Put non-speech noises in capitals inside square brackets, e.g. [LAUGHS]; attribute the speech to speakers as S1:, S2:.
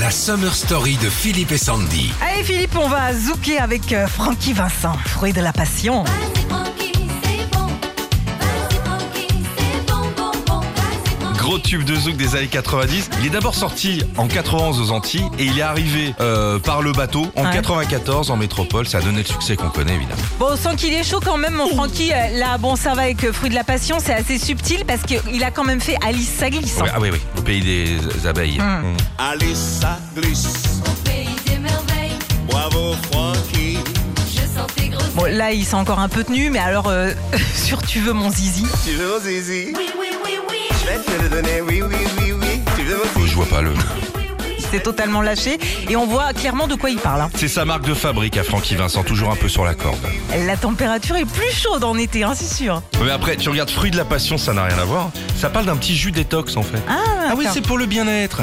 S1: La Summer Story de Philippe et Sandy.
S2: Allez Philippe, on va zouker avec euh, Francky Vincent, fruit de la passion.
S3: Vas-y Francky, c'est bon. Vas-y Francky, c'est bon, bon, bon. Vas-y Francky.
S4: Gros tube de zouk des années 90. Il est d'abord sorti en 91 aux Antilles et il est arrivé euh, par le bateau en
S2: Ouais.
S4: 94 en métropole. Ça a donné le succès qu'on connaît évidemment.
S2: Bon, on sent qu'il est chaud quand même, mon Francky. Euh, Là, bon, ça va avec euh, fruit de la passion, c'est assez subtil parce qu'il a quand même fait Alice ça glisse. hein.
S4: Ouais, ah oui oui, au pays des abeilles.
S2: Hum.
S4: Mm.
S5: Allez, ça glisse.
S3: Au pays des merveilles,
S5: Bravo, Francky.
S3: je sens tes grosses.
S2: Bon, là, il s'est encore un peu tenu, mais alors, euh, [LAUGHS] sur Tu veux mon zizi
S5: Tu veux mon zizi
S3: Oui, oui, oui, oui.
S5: Je vais te le donner, oui, oui, oui, oui. Tu veux mon
S4: Oh,
S5: zizi
S4: Je vois pas le. [LAUGHS]
S2: C'est totalement lâché et on voit clairement de quoi il parle. hein.
S4: C'est sa marque de fabrique à Francky Vincent, toujours un peu sur la corde.
S2: La température est plus chaude en été, hein, c'est sûr.
S4: Mais après, tu regardes Fruit de la Passion, ça n'a rien à voir. Ça parle d'un petit jus détox en fait.
S2: Ah,
S4: Ah oui,
S2: d'accord.
S4: c'est pour le bien-être.